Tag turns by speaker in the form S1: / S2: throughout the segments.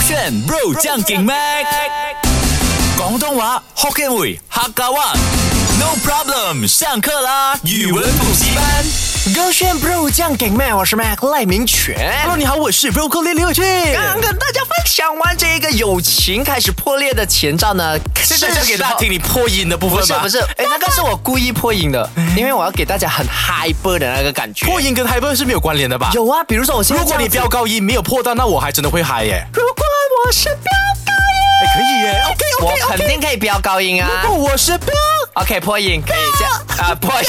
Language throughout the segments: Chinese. S1: 选 Bro 将劲 Mac，广东话 Hokkien 语客家话。No problem，上课啦！语文补习班。
S2: 勾选 Bro 酱给麦，我是 Mac 赖明全。
S3: Hello，你好，我是 Broccoli 刘俊。
S2: 刚跟大家分享完这个友情开始破裂的前兆呢，
S3: 现在就给大家听你破音的部分
S2: 不是哎
S3: 吧。
S2: 不是，哎，那个是我故意破音的，因为我要给大家很 hyper 的那个感觉。
S3: 破音跟 hyper 是没有关联的吧？
S2: 有啊，比如说我现在
S3: 如果你
S2: 这
S3: 飙
S2: 样子，
S3: 高音没有破到，那我还真的会嗨耶。
S2: 如果我是飙高
S3: 哎，可以耶。
S2: 音，
S3: OK
S2: 我
S3: OK
S2: 肯
S3: OK。
S2: 定可以飙高音啊。
S3: 如果我是飙，
S2: OK，破音可以这样啊，破音。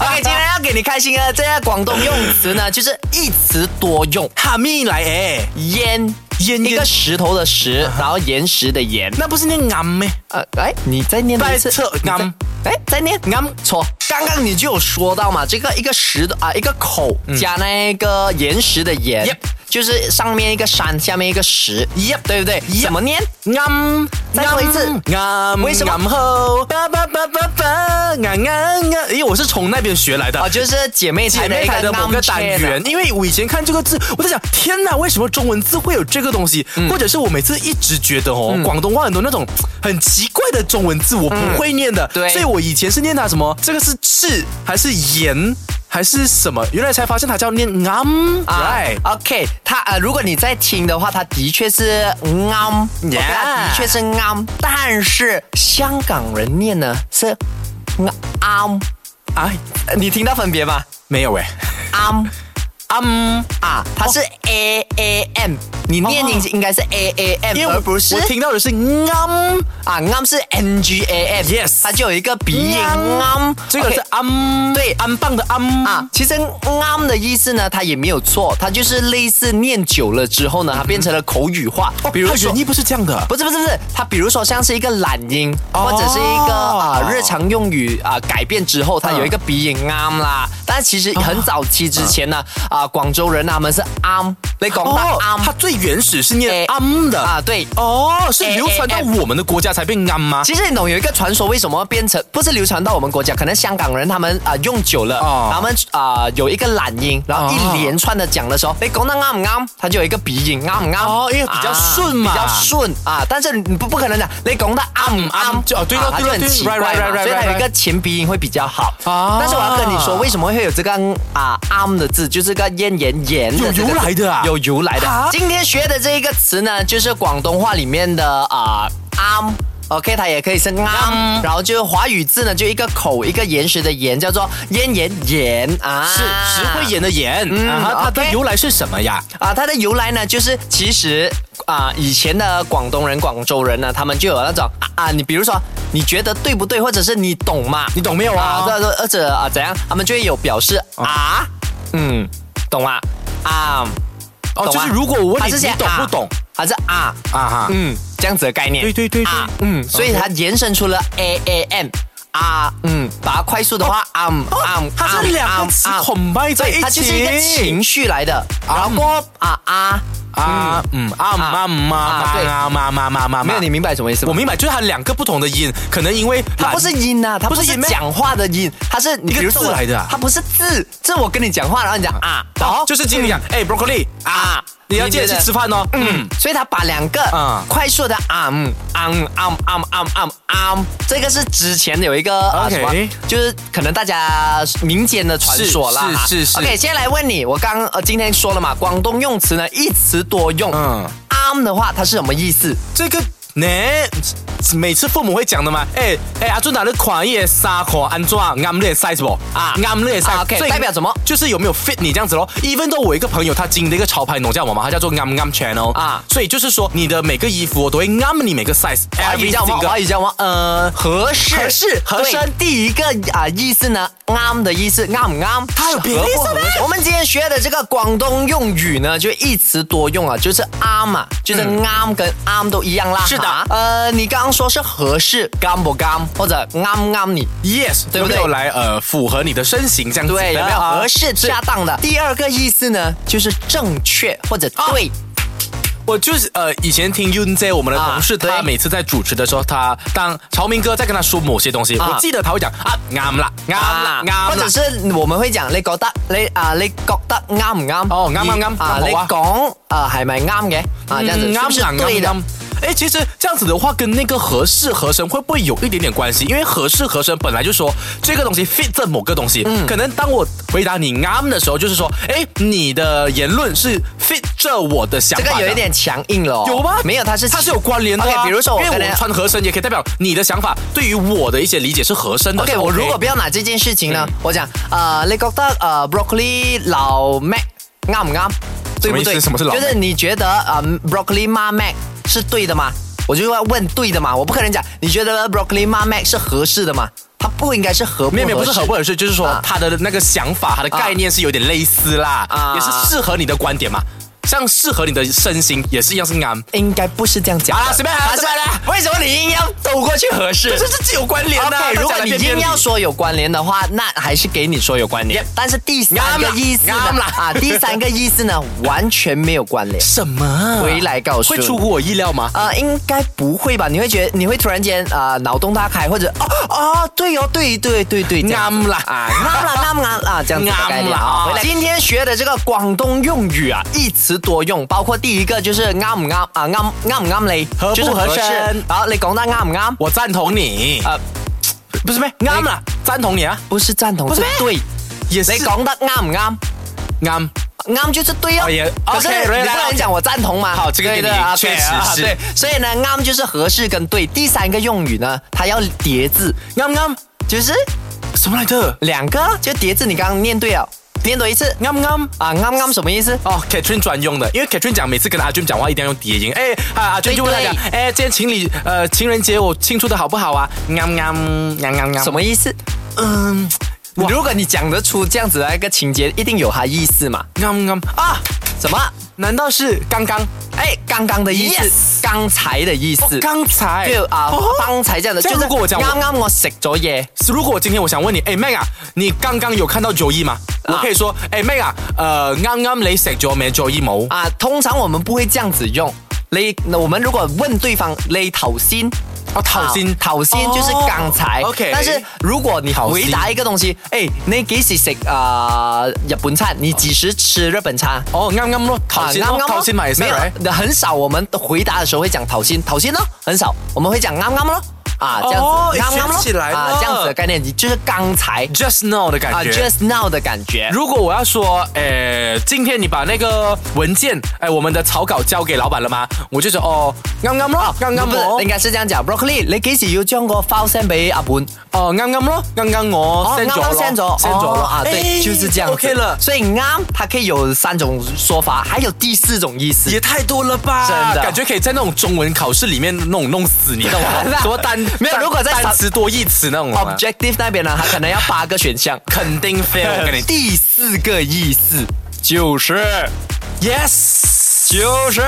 S2: OK，今 天要给你开心的这个广东用词呢，就是一词多用。
S3: 哈密来哎，
S2: 烟
S3: 烟
S2: 一
S3: 烟
S2: 个石头的 石，然后岩石的岩。
S3: 那不是念俺咩？
S2: 呃，哎，你再念多一次，
S3: 在侧
S2: 你再
S3: 啱
S2: 哎，再念啱错。刚刚你就有说到嘛，这个一个石的啊，一个口加那个岩石的岩
S3: 嗯 Yep，
S2: 就是上面一个山，下面一个石，Yep，对不对？怎么念？
S3: 俺，
S2: 再说一次
S3: 俺，
S2: 为什么
S3: 俺后？叭叭叭叭叭，俺俺俺。哎，我是从那边学来的
S2: 哦，。就是姐妹台
S3: 姐
S2: 的
S3: 妹
S2: 一
S3: 台
S2: 个
S3: 的某个
S2: ngam
S3: 单
S2: chain 啊
S3: 元，因为我以前看这个字，我在想，天哪，为什么中文字会有这个东西？
S2: 嗯
S3: 或者是我每次一直觉得哦，广东话很多那种很奇怪的中文字，我不会念的，
S2: 嗯对
S3: 所以我以前是念它什么，这个是赤还是盐还是什么？原来才发现它叫念 am，
S2: 啊
S3: 哎，
S2: OK，它呃，如果你在听的话，它的确是 ang，
S3: Yeah
S2: 它的确是 ang，但是香港人念呢是 ang，
S3: 哎，
S2: 呃你听到分别吗
S3: 没有哎，
S2: ？ang
S3: 嗯，
S2: 啊，它是 a a m，你念音应该是 a a m，
S3: 哦因为
S2: 而
S3: 我
S2: 不是
S3: 我听到的是 am，
S2: 啊 ang 是 n g a m。
S3: Yes
S2: 它就有一个鼻音
S3: Ngam
S2: ang，
S3: 这个是嗯
S2: OK，
S3: am，
S2: 对
S3: 安棒的 am
S2: 啊，，其实 “am” 的意思呢，它也没有错，它就是类似念久了之后呢，它变成了口语化。
S3: 比如原意不是这样的，
S2: 不是不是不是，它比如说像是一个懒音，
S3: 哦
S2: 或者是一个啊、日常用语啊、改变之后，它有一个鼻音啱啦。但其实
S3: 哦
S2: 很早期之前呢，啊、广州人他们是啱，你讲得
S3: 哦，它
S2: 啱
S3: 最原始是念
S2: A-
S3: am 的
S2: 啊，哎对。
S3: 哦，是
S2: A-
S3: 流传到
S2: A-
S3: 我们的国家才变安吗？
S2: 其实你懂有一个传说，为什么变成不是流传到我们国家？可能香港人他们啊、用久了，
S3: 哦
S2: 他们啊、有一个懒音，然后
S3: 哦
S2: 一连串的讲的时候，你讲得啱唔啱？它就有一个鼻音啱唔啱？
S3: 哦因为比较顺嘛
S2: 比较顺啊。但是你不不可能讲你讲得啱唔
S3: 啱
S2: 啱？
S3: 就哦对咯
S2: 啊它
S3: 对
S2: 就
S3: 咯
S2: 很
S3: 对
S2: 奇怪
S3: right, right, right,
S2: 嘛。所以它
S3: right,
S2: 有一个前鼻音会比较好。
S3: 啊
S2: 但是我要跟你说，为什么会有这个啊啱的字，就是个咽炎炎的这
S3: 有
S2: 个字
S3: 由来的啊
S2: 有由来的
S3: 啊。
S2: 今天学的这一个词呢，就是广东话里面的啊啱。OK，它也可以是啱，然后就是华语字呢，就一个口一个岩石的岩，叫做咽炎炎啊。
S3: 是石灰岩的岩，然后它的
S2: 嗯 OK
S3: 由来是什么呀？
S2: 啊，它的由来呢，就是其实啊，以前的广东人、广州人呢，他们就有那种啊啊，你比如说你觉得对不对，或者是你懂嘛，
S3: 你懂没有啊？
S2: 啊，这这或者啊怎样，他们就会有表示啊，嗯，懂吗？啊，
S3: 哦，
S2: 懂
S3: 就
S2: 啊
S3: 是如果我问
S2: 还
S3: 你，
S2: 是
S3: 你
S2: 写
S3: 懂
S2: 啊
S3: 不懂？
S2: 还是啊，
S3: 啊哈，
S2: 嗯，这样子的概念。
S3: 对对对对
S2: 啊，嗯，所以它延伸出了 a a m 啊，嗯，把它快速的话啊嗯啊嗯，
S3: 哦它
S2: 啊
S3: 是
S2: 嗯
S3: 两
S2: 啊
S3: 个词
S2: 嗯啊
S3: combine 在一起，
S2: 它就是一个情绪来的，然后过啊啊，
S3: 啊，嗯啊妈妈
S2: 啊对
S3: 妈妈妈妈妈妈，
S2: 没有你啊明白什么意思吗？
S3: 我明白，就是它两个不同的音，可能因为
S2: 它不是音呐、啊，它不
S3: 不是
S2: 是
S3: 音咩
S2: 讲话的音，它是你
S3: 一个
S2: 比如说
S3: 字
S2: 我
S3: 来的啊
S2: 它不是字，这我跟你讲话，然后你讲啊，
S3: 哦，就是今天讲，哎，broccoli 啊，
S2: 啊，
S3: 你要记得去吃饭哦，嗯
S2: 嗯，，所以他把两个
S3: 嗯
S2: 快速的啊嗯啊嗯啊嗯啊嗯啊嗯啊嗯，这个是之前有一个啊
S3: OK
S2: 什么，就是可能大家民间的传说啦。
S3: 是
S2: 哈
S3: 是是是
S2: OK，先来问你，我刚呃今天说了嘛，广东用词呢一词多用。嗯
S3: 嗯。
S2: arm 的话，它是什么意思？
S3: 这个呢，每次父母会讲的嘛。哎哎，阿俊打的款也沙款安装俺们的 size 不
S2: 啊
S3: 啊，俺们的 size、
S2: 啊，OK，代表什么
S3: 就是有没有 fit 你这样子咯。even though 我有一个朋友他经营的一个潮牌，你懂叫我吗？他叫做 Ngam Ngam Channel
S2: 啊
S3: 啊，所以就是说你的每个衣服我都会 Ngam 你每个 size，
S2: 华语叫什么？
S3: every single
S2: 华语叫什么？呃，合适，
S3: 合适合
S2: 对
S3: 身
S2: 第一个啊、意思呢，啱的意思，啱唔啱？
S3: 它有别的意思咩
S2: 我们今天学的这个广东用语呢，就一词多用啊，就是啱啊，就是啱跟啱都一样啦。
S3: 嗯是的
S2: 哈呃，你刚刚说是合适，啱不啱，或者啱唔啱你？
S3: yes，
S2: 对
S3: 对不对？有
S2: 不对
S3: 没有来呃符合你的身形这样子？
S2: 对，有没有
S3: 啊
S2: 合适、
S3: 是啊
S2: 恰当的？第二个意思呢，就是正确或者对。
S3: 我就是呃，以前听 Yun J 我们的同事，
S2: 啊对
S3: 他每次在主持的时候，他当朝明哥在跟他说某些东西，
S2: 啊
S3: 我记得他会讲啊，啱啦，啱啦，啱啦
S2: 或者是我們會講你覺得你啊你覺得啱唔啱？
S3: 哦啱啱啱
S2: 啊
S3: 啱
S2: 你
S3: 好啊
S2: 講啊係咪啱嘅？啊，這樣子
S3: 嗯
S2: 是不是對的？。
S3: 哎，其实这样子的话，跟那个合适合身会不会有一点点关系？因为合适合身本来就说这个东西 fit 这某个东西，
S2: 嗯
S3: 可能当我回答你啱的时候，就是说，哎，你的言论是 fit 这我的想
S2: 這
S3: 法的。
S2: 个有一点强硬了哦，
S3: 有吗？
S2: 没有，它是
S3: 它是有关联的啊、
S2: OK，比如说我
S3: 因
S2: 跟
S3: 为
S2: 人
S3: 我穿合身，也可以代表你的想法对于我的一些理解是合身的。
S2: OK，我如果不要拿这件事情呢，我讲呃，你觉得呃 broccoli 老 Mac 呃啱唔啱？对
S3: 什么
S2: 不
S3: 意
S2: 对？
S3: 思什么是老
S2: 就是你觉得呃 broccoli 妈 Mac 是对的吗？我就要问对的嘛，我不可能讲你觉得 broccoli 妈 Mac 是合适的吗？它不应该是合不合适？
S3: 没有没有不是合不合适，就是说
S2: 啊
S3: 他的那个想法、他的概念是有点类似啦，
S2: 啊
S3: 也是适合你的观点嘛。像适合你的身形也是一样是啱，
S2: 应该不是这样讲的。
S3: 好啦随便啦
S2: 它是
S3: 随便啦
S2: 为什么你硬要走过去合适？
S3: 这这有关联的。啊大
S2: OK，
S3: 家
S2: 如果
S3: 来
S2: 你
S3: 辩辩
S2: 硬
S3: 理
S2: 要说有关联的话，那还是给你说有关联
S3: Yep。
S2: 但是第三
S3: 啱
S2: 个
S3: 啦
S2: 意思呢
S3: 啱啦
S2: 啊，第三个意思呢，完全没有关 联。
S3: 什么啊，
S2: 回来告诉
S3: 会
S2: 你
S3: 出乎我意料吗？
S2: 呃，应该不会吧？你会觉得你会突然间啊、呃脑洞大开，或者哦哦，对哦，对对对对，这样
S3: 啱啦
S2: 啊，啱啦啱啦啊，这样子的概
S3: 啱
S2: 念
S3: 啦
S2: 啊。回来
S3: 啊
S2: 今天学的这个广东用语啊，一词多用，包括第一个就是啱唔啱啊，啱啱唔啱你，
S3: 合不
S2: 就是
S3: 合身
S2: 然后你讲得啱唔啱？
S3: 我赞同你，
S2: 呃，
S3: 不是咩？啱啦，赞同你啊，
S2: 哎不是赞同，
S3: 不
S2: 是
S3: 是
S2: 对。
S3: 也是
S2: 你讲得啱唔啱？
S3: 啱。
S2: 啱就是对哦
S3: 哦也，
S2: 可是
S3: OK，
S2: 你不
S3: 来来
S2: 能讲我赞同嘛？
S3: 好这个
S2: 对
S3: 给
S2: 的
S3: 你
S2: 啊，
S3: 确
S2: 对
S3: 实
S2: 啊
S3: 是
S2: 对，所以呢，啱就是合适跟对。第三个用语呢，它要叠字，
S3: 啱啱
S2: 就是
S3: 什么来着？
S2: 两个，就叠字。你刚刚念对了，念多一次
S3: 啱啱
S2: 啊，啱啱什么意思？
S3: 哦，Katrin 专用的，因为 Katrin 讲每次跟阿俊讲话一定要用叠音，哎，啊阿俊就问他
S2: 对
S3: 讲
S2: 对，
S3: 哎，今天情侣呃情人节我庆祝的好不好啊？啱啱啱啱啱，
S2: 什？么意思？
S3: 嗯，哇
S2: 如果你讲得出这样子的一个情节，一定有它意思嘛？
S3: 啱啱啊？
S2: 什么？
S3: 难道是刚刚？
S2: 哎，刚刚的意思，刚才的意
S3: 哦
S2: 思，
S3: 刚才
S2: 就啊
S3: 哦，
S2: 刚才这样的，
S3: 这
S2: 就
S3: 样
S2: 是
S3: 如果我讲我
S2: 啱啱我食咗嘢。
S3: 如果我今天我想问你，哎，Meg 啊，你刚刚有看到九一吗？
S2: 啊
S3: 我可以说，哎，Meg 啊，呃，啱啱你食咗咩九一冇？
S2: 啊，通常我们不会这样子用。你，那我们如果问对方你头先，
S3: 哦，头先
S2: 啊头先就是刚才。
S3: 哦 OK
S2: 但是如果你
S3: 头
S2: 回
S3: 先
S2: 答一个东西，哎，你几时食啊、日本餐？你几时吃日本餐？
S3: 哦，啱啱咯，头先
S2: 啊
S3: 咯，头先买
S2: 没
S3: 咩？right？
S2: 有，很少我们回答的时候会讲头先，头先咯，很少，我们会讲啱啱咯，啊，这样
S3: 哦
S2: 子，啱啱
S3: 学起来
S2: 咯，
S3: 了
S2: 啊，这样子的概念，你就是刚才
S3: Just now 的感
S2: 啊
S3: 觉。
S2: ，just now 的感觉。
S3: 如果我要说，诶、今天你把那个文件，诶、我们的草稿交给老板了吗？我就说，哦，啱啱咯，啱啱
S2: 不是
S3: 我
S2: 应，该是这样讲，Broccoli，你几時要將個 file send 俾阿本？
S3: 哦，啱啱咯，啱啱我
S2: 哦，
S3: send 咗
S2: 啱
S3: 咯
S2: 啱 send 咗
S3: send 咗
S2: 哦
S3: 咯
S2: 啊，对，
S3: 哎
S2: 就是这样子。
S3: ，OK 了，
S2: 所以啱，它可以有三种说法，还有第四种意思。
S3: 也太多了吧，
S2: 真的
S3: 感觉可以在那种中文考试里面那种弄死你，那种什么单
S2: 没有
S3: 单
S2: 如果在
S3: 单词多义词那种啊，
S2: Objective 那边呢，它可能要八个选项。
S3: 肯定 fail，我跟你
S2: 第四个意思就是，
S3: ，yes，就是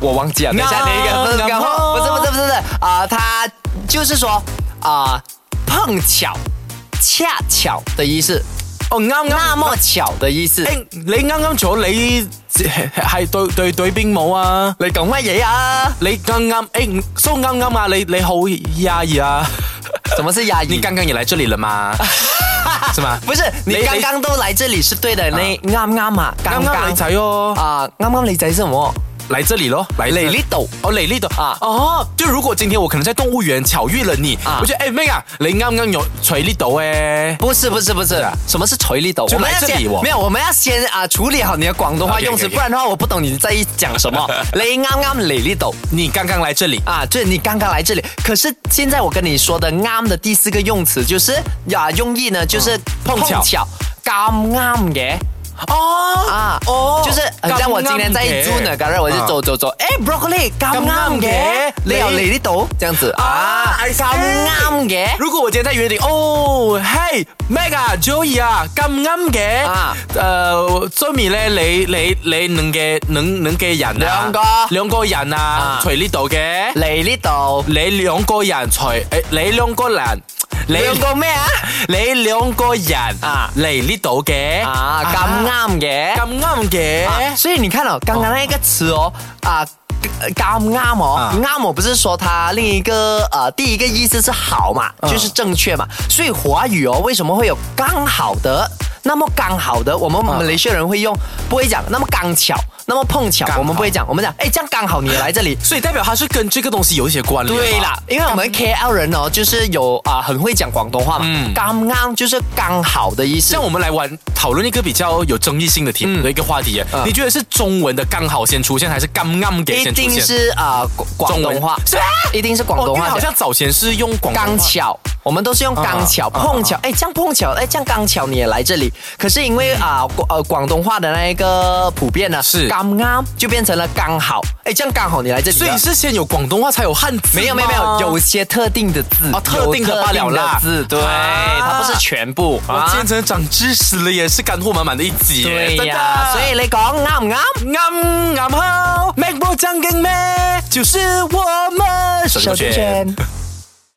S2: 我忘记了，等一下
S3: 那
S2: 那个不是
S3: 那
S2: 刚
S3: 么
S2: 不是不是不是不是啊，它就是说啊，碰巧、恰巧的意思，
S3: 哦，啱啱。
S2: 那哎么巧的意思。
S3: 诶，你啱啱做你系对对對邊冇啊？
S2: 你講乜嘢啊？
S3: 你刚刚哎，苏刚刚啊，你你好压抑啊！
S2: 什么是 压抑
S3: 你？刚刚也来这里了 吗？是吗？
S2: 不是，你
S3: 你
S2: 刚刚都来这里是对的，你啱啱啊，
S3: 刚
S2: 刚
S3: 刚来
S2: 刚
S3: 才哦，
S2: 啊，啱啱你仔什么？
S3: 来这里咯，来
S2: 嚟呢度
S3: 哦啊嚟呢度
S2: 啊
S3: 哦，就如果今天我可能在动物园巧遇了你
S2: 啊，
S3: 我觉得哎妹啊，你啱啱有垂呢度啊诶，
S2: 不是不是不是，什么是锤力斗？
S3: 就
S2: 们要
S3: 来这
S2: 先
S3: 里我
S2: 没有，我们要先啊处理好你的广东话
S3: OK，OK，OK
S2: 用词，不然的话我不懂你在讲什 么。你啱啱嚟呢度
S3: 你刚刚来这里，
S2: 啊，就是你刚刚来这里。可是现在我跟你说的啱的第四个用词就是呀，用意呢就是
S3: 碰巧
S2: 咁啱嘅。
S3: 哦
S2: 啊，
S3: 哦
S2: 就是很像我今天在
S3: 咁啱嘅
S2: June 的，刚才我就走走走，哎，broccoli 咁啱
S3: 咁啱
S2: 嘅
S3: 嘅，
S2: 你又嚟呢度這樣子啊哎
S3: 啊，I see
S2: 咁啱嘅。
S3: 如果我今天在园里，哦，嘿，Meg 啊，Joey 啊，咁啱嘅，
S2: 啊
S3: 誒，Jimmy 咧，你你你兩嘅兩兩嘅人啊，
S2: 兩個
S3: 兩個人啊，除呢度嘅，
S2: 嚟呢度
S3: 你兩個人除，誒，你兩個人，你
S2: 你用過咩啊？
S3: 你兩個人
S2: 啊
S3: 嚟呢度嘅
S2: 啊，咁啱嘅。
S3: 咁啱嘅
S2: 啊所以你看哦，刚刚那个词哦，啊。刚啱哦
S3: 啊，
S2: 啱我不是说它另一个呃第一个意思是好嘛，
S3: 嗯
S2: 就是正确嘛，所以华语哦为什么会有刚好的？那么刚好的，我们马来西亚人会用，不会讲那么刚巧，那么碰巧
S3: 嗯刚，好
S2: 我们不会讲，我们讲哎这样刚好你也来 这里，
S3: 所以代表它是跟这個東西有一些關聯。
S2: 对啦，，因为我们 KL 人哦就是有啊、很会讲广东话嘛，
S3: 嗯
S2: 刚啱就是刚好的意思
S3: 像，我们来玩讨论一个比较有争议性的题
S2: 嗯
S3: 目的一个话题耶，
S2: 啊
S3: 你觉得是中文的刚好先出现，还是刚啱给
S2: 一
S3: 先出
S2: 定
S3: 现？
S2: 是啊、广广
S3: 中文
S2: 东话，
S3: 是啊
S2: 一定是广
S3: 哦，
S2: 东
S3: 因为
S2: 话
S3: 好
S2: 讲。
S3: 像早前是用广东
S2: 刚
S3: 话
S2: 巧，我们都是用刚巧、
S3: 啊啊
S2: 碰巧，哎、这样碰巧，哎，这样刚巧你也来这里。可是因为啊，广呃，广东话的那一个普遍呢，
S3: 是
S2: 刚啱就变成了刚好，哎，这样刚好你来这里
S3: 所
S2: 了。
S3: 以是先有广东话才有汉字吗，
S2: 没有没有没有，有些特定的字
S3: 哦特定的
S2: 有
S3: 罢了啦
S2: 字对，
S3: 啊
S2: 它不是全部啊
S3: 我今天长知识了耶，是干货满满的一集耶，
S2: 对
S3: 真的
S2: 呀，所以你讲啱唔啱？
S3: 嗯哎啱啱好，Mac 不正经咩，就是我们。首先。